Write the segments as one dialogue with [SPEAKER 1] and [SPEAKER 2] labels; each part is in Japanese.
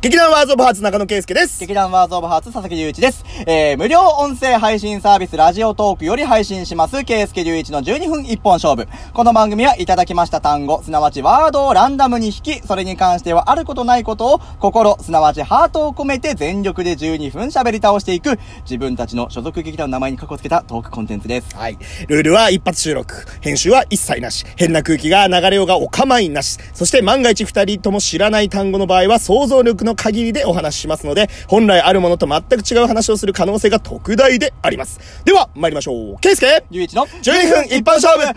[SPEAKER 1] 劇団ワーズオブハーツ中野圭介です。
[SPEAKER 2] 劇団ワーズオブハーツ佐々木隆一です。えー、無料音声配信サービスラジオトークより配信します、ケイスケ隆一の12分一本勝負。この番組はいただきました単語、すなわちワードをランダムに引き、それに関してはあることないことを心、すなわちハートを込めて全力で12分喋り倒していく、自分たちの所属劇団の名前にかこつけたトークコンテンツです。
[SPEAKER 1] はい。ルールは一発収録。編集は一切なし。変な空気が流れようがお構いなし。そして万が一二人とも知らない単語の場合は想像力の限りでお話ししますので、本来あるものと全く違う話をする可能性が特大であります。では、参りましょう。圭介
[SPEAKER 2] 隆一の、
[SPEAKER 1] !12 分一般勝負えー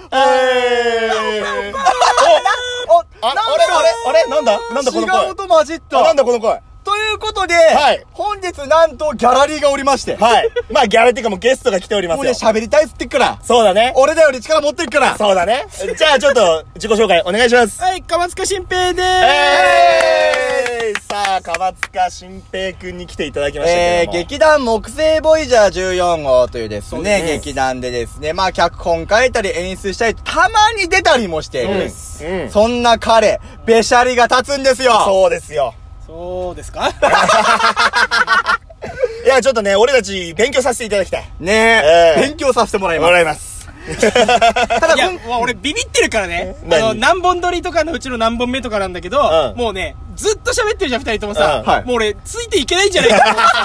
[SPEAKER 2] お、
[SPEAKER 1] あ、あれあれあれなんだなんだこの
[SPEAKER 2] 違う
[SPEAKER 1] 声
[SPEAKER 2] 音混じった。
[SPEAKER 1] あなんだこの声
[SPEAKER 2] ということで、
[SPEAKER 1] はい
[SPEAKER 2] 本日なんとギャラリーがおりまして、
[SPEAKER 1] はい。まあ、ギャラっていうかもうゲストが来ておりま
[SPEAKER 2] も
[SPEAKER 1] す
[SPEAKER 2] うね、
[SPEAKER 1] よ。
[SPEAKER 2] 喋りたいっつってっから。
[SPEAKER 1] そうだね。
[SPEAKER 2] 俺だより力持ってっから。
[SPEAKER 1] そうだね。じゃあ、ちょっと、自己紹介お願いします。
[SPEAKER 3] はい、鎌塚新平でーす。
[SPEAKER 1] えー、さあ、川塚新平くんに来ていただきました
[SPEAKER 2] え
[SPEAKER 1] け
[SPEAKER 2] ー、
[SPEAKER 1] ども。
[SPEAKER 2] 劇団木星ボイジャー14号というです
[SPEAKER 1] そうで
[SPEAKER 2] ね、
[SPEAKER 1] すね
[SPEAKER 2] 劇団でですね、まあ脚本書いたり演出したり、たまに出たりもしている。
[SPEAKER 1] うんうん
[SPEAKER 2] そんな彼、べしゃりが立つんですよ。
[SPEAKER 1] そうですよ。
[SPEAKER 3] そうですか
[SPEAKER 1] いや、ちょっとね、俺たち勉強させていただきたい。
[SPEAKER 2] ね
[SPEAKER 1] え
[SPEAKER 2] え、
[SPEAKER 1] ー
[SPEAKER 2] 勉強させてもらいま
[SPEAKER 1] も
[SPEAKER 2] す。
[SPEAKER 1] らいます。
[SPEAKER 2] ただ
[SPEAKER 3] いや、もう俺ビビってるからね。あ
[SPEAKER 1] 何
[SPEAKER 3] の、何本撮りとかのうちの何本目とかなんだけど、
[SPEAKER 1] うん
[SPEAKER 3] もうね、ずっと喋ってるじゃん、二人とも
[SPEAKER 1] う
[SPEAKER 3] さ
[SPEAKER 1] ん。
[SPEAKER 2] はい
[SPEAKER 3] もう俺、ついていけないんじゃないかと思ってさ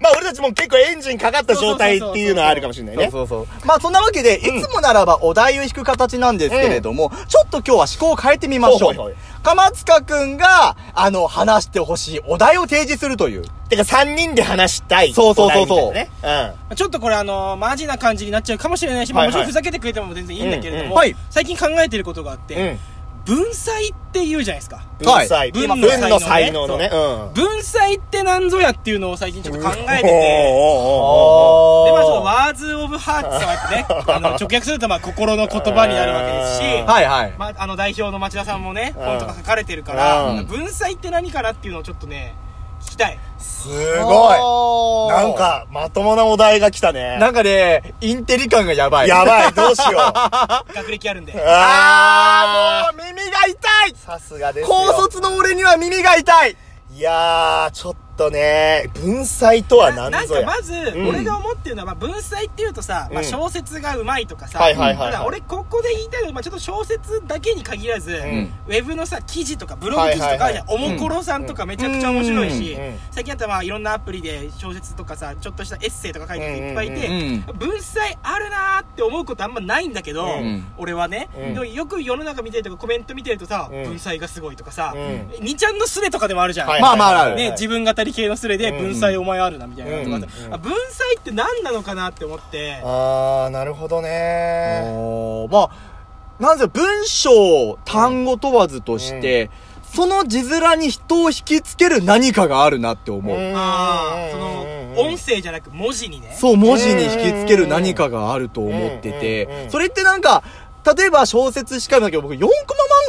[SPEAKER 1] まあ、俺たちも結構エンジンかかった状態っていうのはあるかもしれないね。
[SPEAKER 2] そうそうそう。まあそんなわけで、いつもならばお題を引く形なんですけれども、ちょっと今日は思考を変えてみましょ。
[SPEAKER 1] ほいほいう
[SPEAKER 2] 鎌塚くんが、あの、話してほしいお題を提示するという。
[SPEAKER 1] てか、3人で話したい。
[SPEAKER 2] そうそうそうそう
[SPEAKER 1] お題みたいなね
[SPEAKER 3] ちょっとこれあの、マジな感じになっちゃうかもしれないし、まあ
[SPEAKER 1] はい
[SPEAKER 3] もち
[SPEAKER 1] はい
[SPEAKER 3] ろんふざけてくれても全然いいんだけれど
[SPEAKER 1] うん
[SPEAKER 2] うん
[SPEAKER 3] も
[SPEAKER 2] はい、
[SPEAKER 3] 最近考えてることがあっ
[SPEAKER 1] うん。う
[SPEAKER 3] て
[SPEAKER 1] ん、。
[SPEAKER 3] 文才って言うじゃないですか。
[SPEAKER 1] 文才。
[SPEAKER 3] 文
[SPEAKER 1] 今
[SPEAKER 3] の
[SPEAKER 1] 文の才能のね。うん。
[SPEAKER 3] 文才って何ぞやっていうのを最近ちょっと考えて
[SPEAKER 1] おーお
[SPEAKER 3] て、
[SPEAKER 1] ーおーおー
[SPEAKER 3] で、まあ、そのワーズ・オブ・ハーツはやっ ぱね、あの、直訳すると、まあ、心の言葉になるわけですし、
[SPEAKER 1] あ
[SPEAKER 2] はいはい。
[SPEAKER 3] まあ、あの、代表の町田さんもね、
[SPEAKER 1] うん
[SPEAKER 3] 本とか書かれてるか
[SPEAKER 1] う
[SPEAKER 3] ら、
[SPEAKER 1] ん
[SPEAKER 3] 文才って何かなっていうのをちょっとね、聞きたい。
[SPEAKER 1] すごい。
[SPEAKER 2] ご
[SPEAKER 1] なん。か、まともなお題が来たね。
[SPEAKER 2] なんかね、インテリ感がやばい。
[SPEAKER 1] や
[SPEAKER 2] い。
[SPEAKER 1] ばい、どうし よう。
[SPEAKER 3] 学歴あるんで。
[SPEAKER 1] あ
[SPEAKER 2] あー、もう耳が痛い
[SPEAKER 1] ーさすがですよ。
[SPEAKER 2] 高卒の俺には耳が痛い
[SPEAKER 1] いやー、ちょっとね、文才とは
[SPEAKER 3] な
[SPEAKER 1] 何
[SPEAKER 3] ん
[SPEAKER 1] ぞ
[SPEAKER 3] か
[SPEAKER 1] や。
[SPEAKER 3] まず、
[SPEAKER 1] ん
[SPEAKER 3] 俺が思ってるのは、まあ、文才っていうとさ、ま
[SPEAKER 1] う
[SPEAKER 3] あ、
[SPEAKER 1] ん
[SPEAKER 3] 小説がうまいとかさ、
[SPEAKER 1] はいはいはいはい
[SPEAKER 3] ただ俺ここで言いたいのは、まあ、ちょっと小説だけに限らず、
[SPEAKER 1] ん
[SPEAKER 3] ウェブのさ記事とかブログ記事とかあるじゃん、おもころさんとかめちゃくちゃ面白いし、
[SPEAKER 1] うんうん
[SPEAKER 3] 最近だったらまあいろんなアプリで小説とかさちょっとしたエッセイとか書いてる人いっぱいいて、
[SPEAKER 1] うん
[SPEAKER 2] うん
[SPEAKER 3] 文才あるなーって思うことあんまないんだけど、
[SPEAKER 1] ん
[SPEAKER 3] 俺はね、
[SPEAKER 1] うん
[SPEAKER 3] でもよく世の中見てるとかコメント見てるとさ、
[SPEAKER 1] うん
[SPEAKER 3] 文才がすごいとかさ、
[SPEAKER 1] う
[SPEAKER 3] にちゃんのスレとかでもあるじゃん、
[SPEAKER 1] はい
[SPEAKER 2] まあまあある
[SPEAKER 3] ね、自分語り系のスレで
[SPEAKER 1] うん
[SPEAKER 3] 文才お前あるなみたいなのとか
[SPEAKER 1] うん
[SPEAKER 3] あ文才って何なのかなって思って
[SPEAKER 1] あー、なるほどね。
[SPEAKER 2] おーまあ、なんせ文章、単語問わずとして、その字面に人を引きつける何かがあるなって思う。
[SPEAKER 3] ああその音声じゃなく文字にね
[SPEAKER 2] そう、文字に引きつける何かがあると思って
[SPEAKER 1] うんうんうん
[SPEAKER 2] て、それってなんか、例えば小説しかなけど僕4コマ漫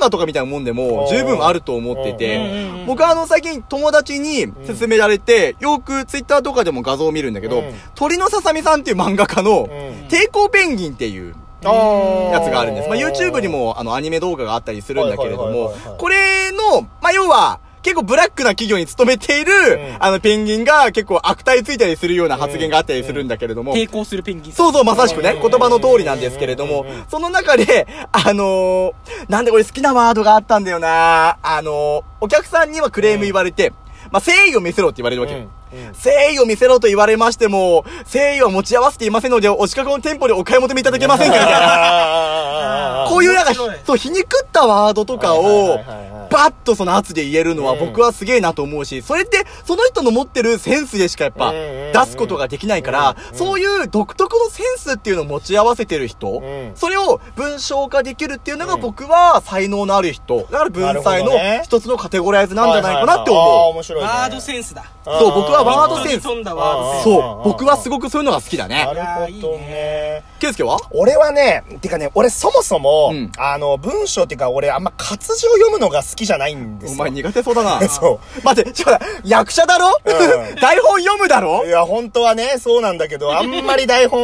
[SPEAKER 2] 画とかみたいなもんでも十分あると思って
[SPEAKER 3] うんうんう
[SPEAKER 2] て
[SPEAKER 3] ん、
[SPEAKER 2] 僕はあの最近友達に勧められて、よくツイッターとかでも画像を見るんだけ
[SPEAKER 1] う
[SPEAKER 2] ど
[SPEAKER 1] ん、
[SPEAKER 2] 鳥のささみさんっていう漫画家の
[SPEAKER 1] うん
[SPEAKER 2] 抵抗ペンギンっていうや
[SPEAKER 1] や
[SPEAKER 2] つがあるんです。まあ、YouTube に。もあのアニメ動画があったりするんだけれど
[SPEAKER 1] はいはい
[SPEAKER 2] も
[SPEAKER 1] はいはいはい、
[SPEAKER 2] これの、まあ、要は、結構ブラックな企業に勤めている、
[SPEAKER 1] ん
[SPEAKER 2] あのペンギンが結構悪態ついたりするような発言があったりするんだけれども、
[SPEAKER 3] 抵抗するペンギン
[SPEAKER 2] そうそう、まさしくね、
[SPEAKER 1] うん
[SPEAKER 2] 言葉の通りなんですけれども
[SPEAKER 1] うんうんうん、
[SPEAKER 2] その中で、あのー、なんでこれ好きなワードがあったんだよなあのー、お客さんにはクレーム言われて、まあ、誠意を見せろって言われるわけよ。
[SPEAKER 1] うんうん
[SPEAKER 2] 誠意を見せろと言われましても、誠意は持ち合わせていませんので、お近くの店舗でお買い求めいただけませんかみたいな。
[SPEAKER 1] あー
[SPEAKER 2] こういうなんかひ
[SPEAKER 3] 面白い、
[SPEAKER 2] そう、皮肉ったワードとかを
[SPEAKER 1] はいはいはいはい、
[SPEAKER 2] バッとその圧で言えるのは
[SPEAKER 1] うん
[SPEAKER 2] 僕はすげえなと思うし、それってその人の持ってるセンスでしかやっぱ
[SPEAKER 1] うんうんうん
[SPEAKER 2] 出すことができないから
[SPEAKER 1] うんう、ん
[SPEAKER 2] そういう独特のセンスっていうのを持ち合わせてる人
[SPEAKER 1] うん、
[SPEAKER 2] それを文章化できるっていうのが僕は才能のある人、だから文
[SPEAKER 1] なる
[SPEAKER 2] 才
[SPEAKER 1] ほど
[SPEAKER 2] の
[SPEAKER 1] ね
[SPEAKER 2] 一つのカテゴライズなんじゃないかなって
[SPEAKER 1] はいはいはいあー
[SPEAKER 2] 思う。
[SPEAKER 1] 面白いね。
[SPEAKER 3] ワードセンスだ
[SPEAKER 2] そう、僕はワード
[SPEAKER 3] 本当
[SPEAKER 2] セ
[SPEAKER 3] に
[SPEAKER 2] ンス。
[SPEAKER 3] 飛んだワードセ
[SPEAKER 1] ン
[SPEAKER 3] ンス
[SPEAKER 1] ス
[SPEAKER 2] そう、僕はすごくそういうのが好きだね。
[SPEAKER 1] なる
[SPEAKER 3] い
[SPEAKER 1] ほ
[SPEAKER 3] やーい
[SPEAKER 1] ど
[SPEAKER 3] い
[SPEAKER 1] ね。
[SPEAKER 2] ケイスケは
[SPEAKER 1] 俺はね、てかね、俺そもそも、
[SPEAKER 2] うん
[SPEAKER 1] あの、文章っていうか俺あんま活字を読むのが好好きじゃないんです
[SPEAKER 2] お
[SPEAKER 1] よ。
[SPEAKER 2] 前苦手そうだ な。。
[SPEAKER 1] そう
[SPEAKER 2] 待って、ちょ、役者だろ、
[SPEAKER 1] う
[SPEAKER 2] 台本読むだろ
[SPEAKER 1] いや、本当はね、そうなんだけ ど、あんまり台本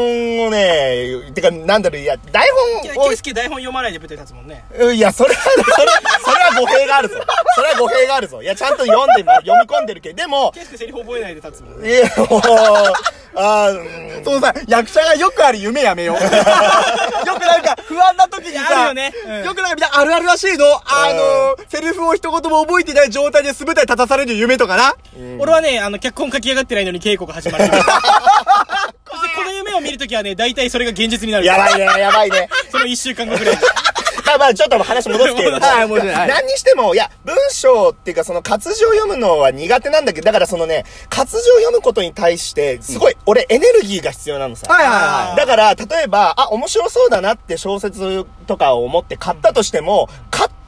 [SPEAKER 1] をね、てか、なんだろう、いや、台
[SPEAKER 3] ケ
[SPEAKER 1] 本
[SPEAKER 3] ースケ台本読まないで舞台立つもんね。
[SPEAKER 1] を、いや、それは、それ、それは語弊があるぞ。それは語弊があるぞ。いや、ちゃんと読んで、読み込んでるけど、でも、
[SPEAKER 3] ケースケセリフ覚えないで立つもん ね。
[SPEAKER 1] いや、もう、あーうん
[SPEAKER 2] そのさ、役者がよくある夢やめ よう。よくなんか、不安な時に
[SPEAKER 3] ある
[SPEAKER 2] さ、
[SPEAKER 3] よねうん
[SPEAKER 2] よくなんかみんなあるあるらしいの。あの、セリフを一言も覚えてない状態で素舞台立たされる夢とかな。
[SPEAKER 3] 俺はね、あの、脚本書き上がってないのに稽古が始まる。そしてこの夢を見るときはね、大体それが現実になる。
[SPEAKER 1] やばいね、やばいね。
[SPEAKER 3] その一週間後ぐらいに。
[SPEAKER 1] まあまあ、ちょっと話戻すけれども。
[SPEAKER 2] はい戻すはい
[SPEAKER 1] 何にしても、いや、文章っていうか、その活字を読むのは苦手なんだけど、だからそのね、活字を読むことに対して、すごい、俺エネルギーが必要なのさ。
[SPEAKER 2] はいはいはい。
[SPEAKER 1] だから、例えば、あ、面白そうだなって小説とかを思って買ったとしても、買って、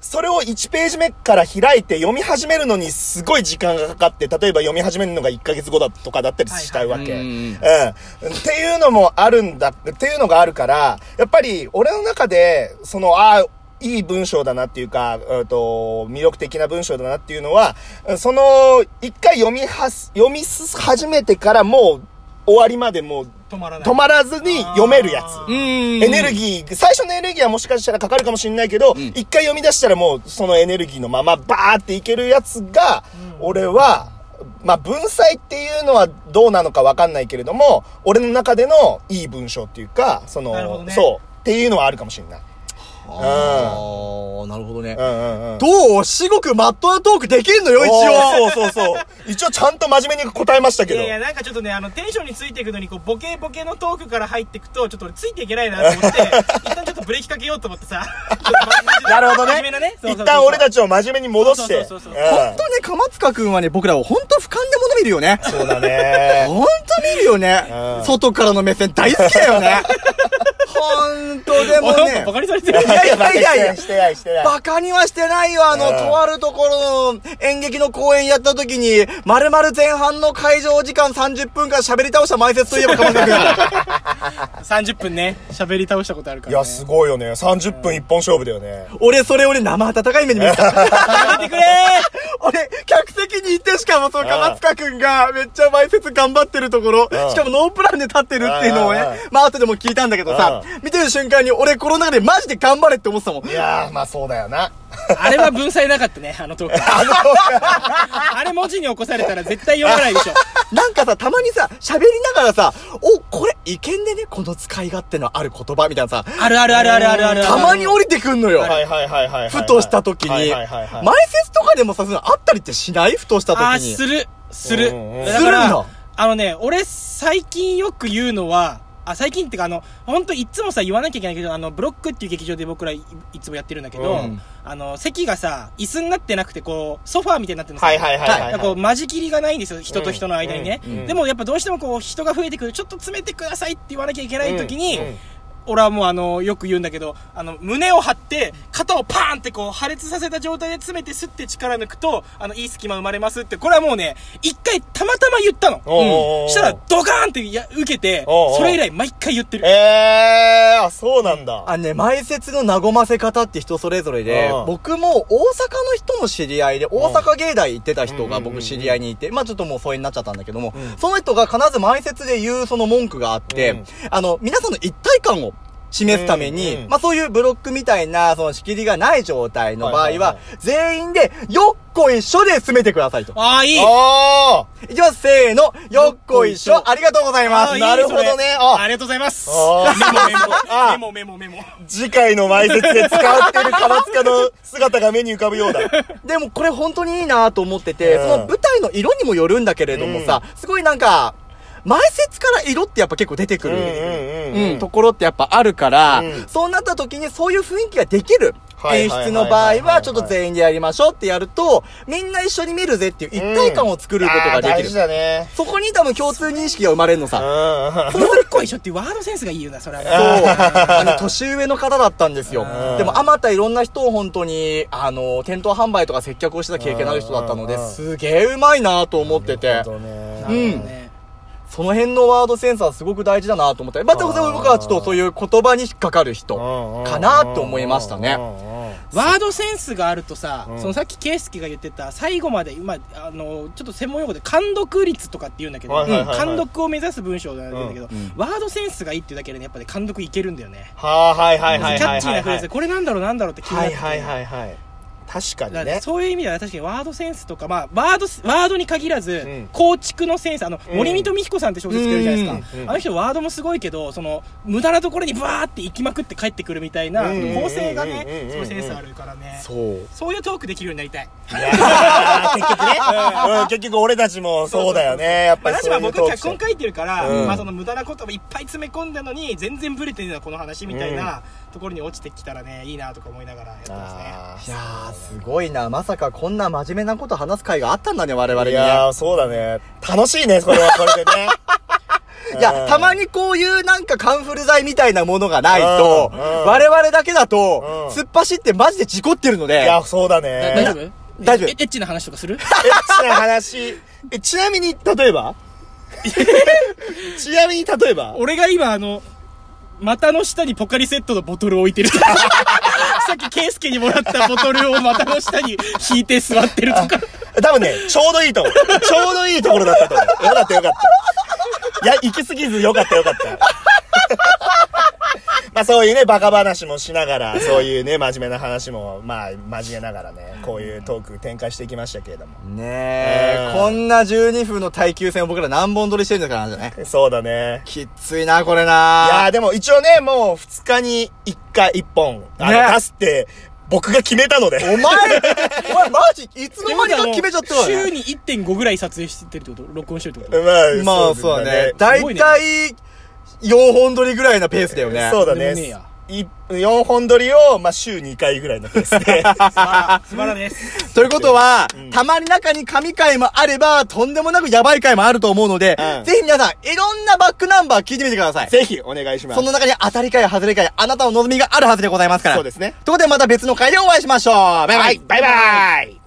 [SPEAKER 1] それを1ページ目から開いて読み始めるのにすごい時間がかかって、例えば読み始めるのが1ヶ月後だとかだったりしたわけ。
[SPEAKER 2] はいはいうん
[SPEAKER 1] うん。っていうのもあるんだ、っていうのがあるから、やっぱり俺の中で、その、ああ、いい文章だなっていうか、うんと、魅力的な文章だなっていうのは、うんその、一回読みはす、読みす始めてからもう、終わりまでもう、
[SPEAKER 3] 止まらない。
[SPEAKER 1] 止まらずに読めるや
[SPEAKER 3] あ
[SPEAKER 1] つ。
[SPEAKER 3] ー
[SPEAKER 1] エネル
[SPEAKER 2] ー。
[SPEAKER 1] ギー、最初のエネルギーはもしかしたらかかるかもしれないけど、一回読み出したらもうそのエネルギーのままバーっていけるやつが、俺は、まあ、文才っていうのはどうなのかわかんないけれども、俺の中でのいい文章っていうか、そ
[SPEAKER 3] なるほど
[SPEAKER 1] の、
[SPEAKER 3] ね
[SPEAKER 1] そう、っていうのはあるかもしれない。
[SPEAKER 2] あー、なるほどね
[SPEAKER 1] う。んうんうん。
[SPEAKER 2] どう至極マットなトークできんのよ、一応。
[SPEAKER 1] 応。そうそうそう。一応ちゃんと真面目に答えましたけ
[SPEAKER 3] い
[SPEAKER 1] ど。
[SPEAKER 3] やいや、なんかちょっとね、あの、テンションについていくのに、こう、ボケボケのトークから入っていくと、ちょっと俺ついていけないなと思って、一旦ちょっとブレーキかけようと思ってさ。
[SPEAKER 1] なるほど
[SPEAKER 3] 真面目なね
[SPEAKER 1] ね。。
[SPEAKER 3] そうそう
[SPEAKER 1] 一
[SPEAKER 3] そう
[SPEAKER 1] 旦俺たちを真面目に戻して。
[SPEAKER 3] そうそうそうそう
[SPEAKER 2] 本
[SPEAKER 1] ん
[SPEAKER 2] 当ね、鎌塚くんはね、僕らを本当俯瞰で物見るよね。
[SPEAKER 1] そうだね。
[SPEAKER 2] 本当見るよね
[SPEAKER 1] う。ん
[SPEAKER 2] 外からの目線大好きだよね。本当でも
[SPEAKER 3] おなん
[SPEAKER 2] ね
[SPEAKER 3] かバ。カにされてる。
[SPEAKER 2] いやいやいやいや
[SPEAKER 1] してない、してない。
[SPEAKER 2] バカにはしてないよ。あの、
[SPEAKER 1] うん
[SPEAKER 2] とあるところの演劇の公演やった時に、まるまる前半の会場時間30分間喋り倒した前説といえば鎌倉君。
[SPEAKER 3] 30分ね、喋り倒したことあるか
[SPEAKER 1] い
[SPEAKER 3] ら、
[SPEAKER 1] や、
[SPEAKER 3] ね。
[SPEAKER 1] すごいよね。30分一本勝負だよね。
[SPEAKER 2] 俺、それ俺生温かい目に見 てた。
[SPEAKER 3] やめてくれ
[SPEAKER 2] 俺、客席にいてしかもその鎌塚くんがめっちゃ前説頑張ってるところ、
[SPEAKER 1] うん
[SPEAKER 2] しかもノープランで立ってるっていうのをね
[SPEAKER 1] うんうんう、
[SPEAKER 2] まあ後でも聞いたんだけどさ、見てる瞬間に俺この中でマジで頑張れって思っ てたもん。
[SPEAKER 1] いやー、まあそうだよな。
[SPEAKER 3] ーあれは文才なかったね、あのトーク。 あれ文字に起こされたら絶対読まないでしょ。
[SPEAKER 2] なんかさ、たまにさ、喋りながらさ、お、これ、いけんでね、この使い勝手のある言葉みたいなさ、
[SPEAKER 3] あるあるあるあるあるある。
[SPEAKER 2] たまに降りてくんのよ。
[SPEAKER 1] はいはいはいはいはい。
[SPEAKER 2] ふとした時に。
[SPEAKER 1] はい
[SPEAKER 2] 前
[SPEAKER 1] はいはいはい。
[SPEAKER 2] 説とかでもさ、そういうのあったりってしないふとした
[SPEAKER 3] あー、
[SPEAKER 2] 時に。
[SPEAKER 3] する。する。
[SPEAKER 1] うんうん
[SPEAKER 3] だから
[SPEAKER 2] するんだ
[SPEAKER 3] あのね、俺最近よく言うのは、あ、最近ってかあの、ほんといつもさ、言わなきゃいけないけど、あの、ブロックっていう劇場で僕らいいつもやってるんだけど、
[SPEAKER 1] うん
[SPEAKER 3] あの、席がさ、椅子になってなくて、こう、ソファーみたいになってるんですよ。
[SPEAKER 1] はいはいはいはい
[SPEAKER 3] だからこう、間仕切りがないんですよ、人と人の間にね。
[SPEAKER 1] うんうん
[SPEAKER 3] でもやっぱどうしてもこう、人が増えてくる、ちょっと詰めてくださいって言わなきゃいけない時に、
[SPEAKER 1] うんうん
[SPEAKER 3] 俺はもうあの、よく言うんだけど、あの、胸を張って、肩をパーンってこう、破裂させた状態で詰めてスッて力抜くと、あの、いい隙間生まれますって、これはもうね、一回たまたま言ったの。
[SPEAKER 1] おうおうおう
[SPEAKER 3] うんしたら、ドカーンってや受けて
[SPEAKER 1] おうおう、
[SPEAKER 3] それ以来毎回言ってる。
[SPEAKER 1] えー、あ、そうなんだ。
[SPEAKER 2] あのね、前説の和ませ方って人それぞれで
[SPEAKER 1] うん、
[SPEAKER 2] 僕も大阪の人の知り合いで、大阪芸大行ってた人
[SPEAKER 1] うんうんう
[SPEAKER 2] が
[SPEAKER 1] んうん
[SPEAKER 2] 僕知り合いにいて、まあちょっともう疎遠になっちゃったんだけども、その人が必ず前説で言うその文句があっ
[SPEAKER 1] う
[SPEAKER 2] て
[SPEAKER 1] ん、
[SPEAKER 2] あの、皆さんの一体感を、示すために、
[SPEAKER 1] うんうん
[SPEAKER 2] まあそういうブロックみたいな、その仕切りがない状態の場合は、
[SPEAKER 1] はいはいはい
[SPEAKER 2] 全員で、よっこ一緒で詰めてくださいと。
[SPEAKER 3] ああ、いい
[SPEAKER 1] あ
[SPEAKER 2] いきます、せーの、よっこ一緒、ありがとうございま
[SPEAKER 3] あ
[SPEAKER 2] す。
[SPEAKER 3] ーいい
[SPEAKER 1] なるほど
[SPEAKER 3] それ
[SPEAKER 1] ね
[SPEAKER 3] あ
[SPEAKER 1] あ
[SPEAKER 3] りがとうございます
[SPEAKER 1] ああ
[SPEAKER 3] メモメモメモメモメモ
[SPEAKER 1] ー、次回の前説で使ってる鎌塚の姿が目に浮かぶようだ。
[SPEAKER 2] でもこれ本当にいいなと思ってて、
[SPEAKER 1] うん
[SPEAKER 2] その舞台の色にもよるんだけれどもさ、すごいなんか、前説から色ってやっぱ結構出てくる。
[SPEAKER 1] うんうんうんうん
[SPEAKER 2] うんところってやっぱあるから、
[SPEAKER 1] うん
[SPEAKER 2] そうなった時にそういう雰囲気ができる
[SPEAKER 1] はい
[SPEAKER 2] 演
[SPEAKER 1] はいはいはいはい
[SPEAKER 2] 出の場合は、ちょっと全員でやりましょうってやると、みんな一緒に見るぜっていう一体感を作ることが
[SPEAKER 1] あー
[SPEAKER 2] で
[SPEAKER 1] 大
[SPEAKER 2] き
[SPEAKER 1] 事
[SPEAKER 2] る。
[SPEAKER 1] だね。
[SPEAKER 2] そこに多分共通認識が生まれるの
[SPEAKER 1] うん。
[SPEAKER 2] さ。
[SPEAKER 1] は
[SPEAKER 3] よっこいしょっていうワードセンスがいいよな、それはね。
[SPEAKER 2] そう。あの、年上の方だったんですよ
[SPEAKER 1] う。ん
[SPEAKER 2] でも、あまたいろんな人を本当に、あの、店頭販売とか接客をしてた経験のある人だったので、
[SPEAKER 1] うん
[SPEAKER 2] すげえうまいなと思ってて、
[SPEAKER 3] な
[SPEAKER 2] う
[SPEAKER 3] る
[SPEAKER 2] ん
[SPEAKER 3] ほどね
[SPEAKER 2] その辺のワードセンスはすごく大事だなと思って、また
[SPEAKER 1] あー
[SPEAKER 2] 僕はちょっとそういう言葉に引っかかる人かなと思いましたね。
[SPEAKER 3] ワードセンスがあるとさ、
[SPEAKER 1] うん
[SPEAKER 3] そのさっき圭介が言ってた、最後まで、まあ、あの、ちょっと専門用語で、監読率とかって言うんだけど、
[SPEAKER 1] はいはいはいはい
[SPEAKER 3] 監読を目指す文章なんだけど、
[SPEAKER 2] うんうん
[SPEAKER 3] ワードセンスがいいっていうだけでね、やっぱね、監読いけるんだよね。
[SPEAKER 1] はあ、はいはいはいはいはい。
[SPEAKER 3] キャッチーなフレーズで、これなんだろうなんだろうって気になっ
[SPEAKER 1] は
[SPEAKER 3] て
[SPEAKER 1] いはいはいはい。確かに
[SPEAKER 3] だから
[SPEAKER 1] ね。
[SPEAKER 3] そういう意味では確かにワードセンスとか、まあ、ワードス、ワードに限らず、
[SPEAKER 1] うん
[SPEAKER 3] 構築のセンス、あの、
[SPEAKER 1] うん
[SPEAKER 3] 森見と美彦さんって小説書いるじゃないですか。
[SPEAKER 1] うんうん
[SPEAKER 3] あの人ワードもすごいけど、その、無駄なところにバーって行きまくって帰ってくるみたいな、
[SPEAKER 1] うん
[SPEAKER 3] 構成がね
[SPEAKER 1] うん、
[SPEAKER 3] すごいセンスあるからね。
[SPEAKER 1] そう。
[SPEAKER 3] そういうトークできるようになりたい。
[SPEAKER 1] 結局ね。うん結局俺たちもそうだよね。やっぱり
[SPEAKER 3] 私
[SPEAKER 1] そう
[SPEAKER 3] は
[SPEAKER 1] いう
[SPEAKER 3] 僕
[SPEAKER 1] トーク
[SPEAKER 3] 脚
[SPEAKER 1] ショ
[SPEAKER 3] 本
[SPEAKER 1] ー。
[SPEAKER 3] 書いてるから、
[SPEAKER 1] うん
[SPEAKER 3] まあその無駄なこともいっぱい詰め込んだのに、全然ブレてるな、この話みたいなところに落ちてきたらね、いいなとか思いながらやってま
[SPEAKER 1] あ
[SPEAKER 2] いやー、すごいな。まさかこんな真面目なこと話す会があったんだね、我々
[SPEAKER 1] ーい
[SPEAKER 2] にね。
[SPEAKER 1] やー、そうだね。楽しいね、これは、これでね。
[SPEAKER 2] いや、たまにこういうなんかカンフル剤みたいなものがないと、
[SPEAKER 1] うんうん
[SPEAKER 2] 我々だけだと、
[SPEAKER 1] うん
[SPEAKER 2] 突っ走ってマジで事故ってるの
[SPEAKER 1] い
[SPEAKER 2] で、
[SPEAKER 1] や、そうだ
[SPEAKER 3] すね。大丈
[SPEAKER 1] ね。
[SPEAKER 3] 夫
[SPEAKER 2] 大丈夫
[SPEAKER 3] えエッチな話とかする
[SPEAKER 1] エッチな話。え、ちなみに、例え ばちなみに、例えば
[SPEAKER 3] 俺が今あの、股の下にポカリセットのボトルを置いてるとか。さっきケイスケにもらったボトルを股の下に引いて座ってるとか。
[SPEAKER 1] 多分ね、ちょうどいいと思う。ちょうどいいところだったと思う。よかったよかった。いや、行き過ぎずよかったよかった。まあそういうね、バカ話もしながら、そういうね、真面目な話も、まあ、交えながらね、こういうトーク展開していきましたけれども。
[SPEAKER 2] ねえ、
[SPEAKER 1] うん
[SPEAKER 2] こんな12分の耐久戦を僕ら何本撮りしてるんだからなんじゃね。
[SPEAKER 1] そうだね。
[SPEAKER 2] きっついな、これ
[SPEAKER 1] いや
[SPEAKER 2] な
[SPEAKER 1] ーでも一応ね、もう2日に1回1本、あの、
[SPEAKER 2] ね
[SPEAKER 1] 出すって、僕が決めたので。
[SPEAKER 2] お前、お前マジ、いつの間にか決めちゃったわ
[SPEAKER 3] 週
[SPEAKER 2] ね。
[SPEAKER 3] に1.5ぐらい撮影してるってこと録音してるってこ
[SPEAKER 1] ま
[SPEAKER 3] と
[SPEAKER 1] あ、
[SPEAKER 2] まあ、そうだね。だ
[SPEAKER 3] すご
[SPEAKER 2] い
[SPEAKER 3] い
[SPEAKER 2] たい4本撮りぐらいなペースだよね。
[SPEAKER 1] そうだ
[SPEAKER 3] とんでもねえ
[SPEAKER 1] ね
[SPEAKER 3] や。
[SPEAKER 1] い4本撮りを、まあ週2回ぐらいのペースで。
[SPEAKER 3] 素晴らです。
[SPEAKER 2] ということは、
[SPEAKER 1] ん
[SPEAKER 2] たまに中に神回もあれば、とんでもなくやばい回もあると思うので、
[SPEAKER 1] うん
[SPEAKER 2] ぜひ皆さん、いろんなバックナンバー聞いてみてください。
[SPEAKER 1] ぜひお願いします。
[SPEAKER 2] その中に当たり回、外れ回、あなたの望みがあるはずでございますから。
[SPEAKER 1] そうですね。
[SPEAKER 2] ということでまた別の回でお会いしましょう。バイバイ。
[SPEAKER 1] はい、バイバイ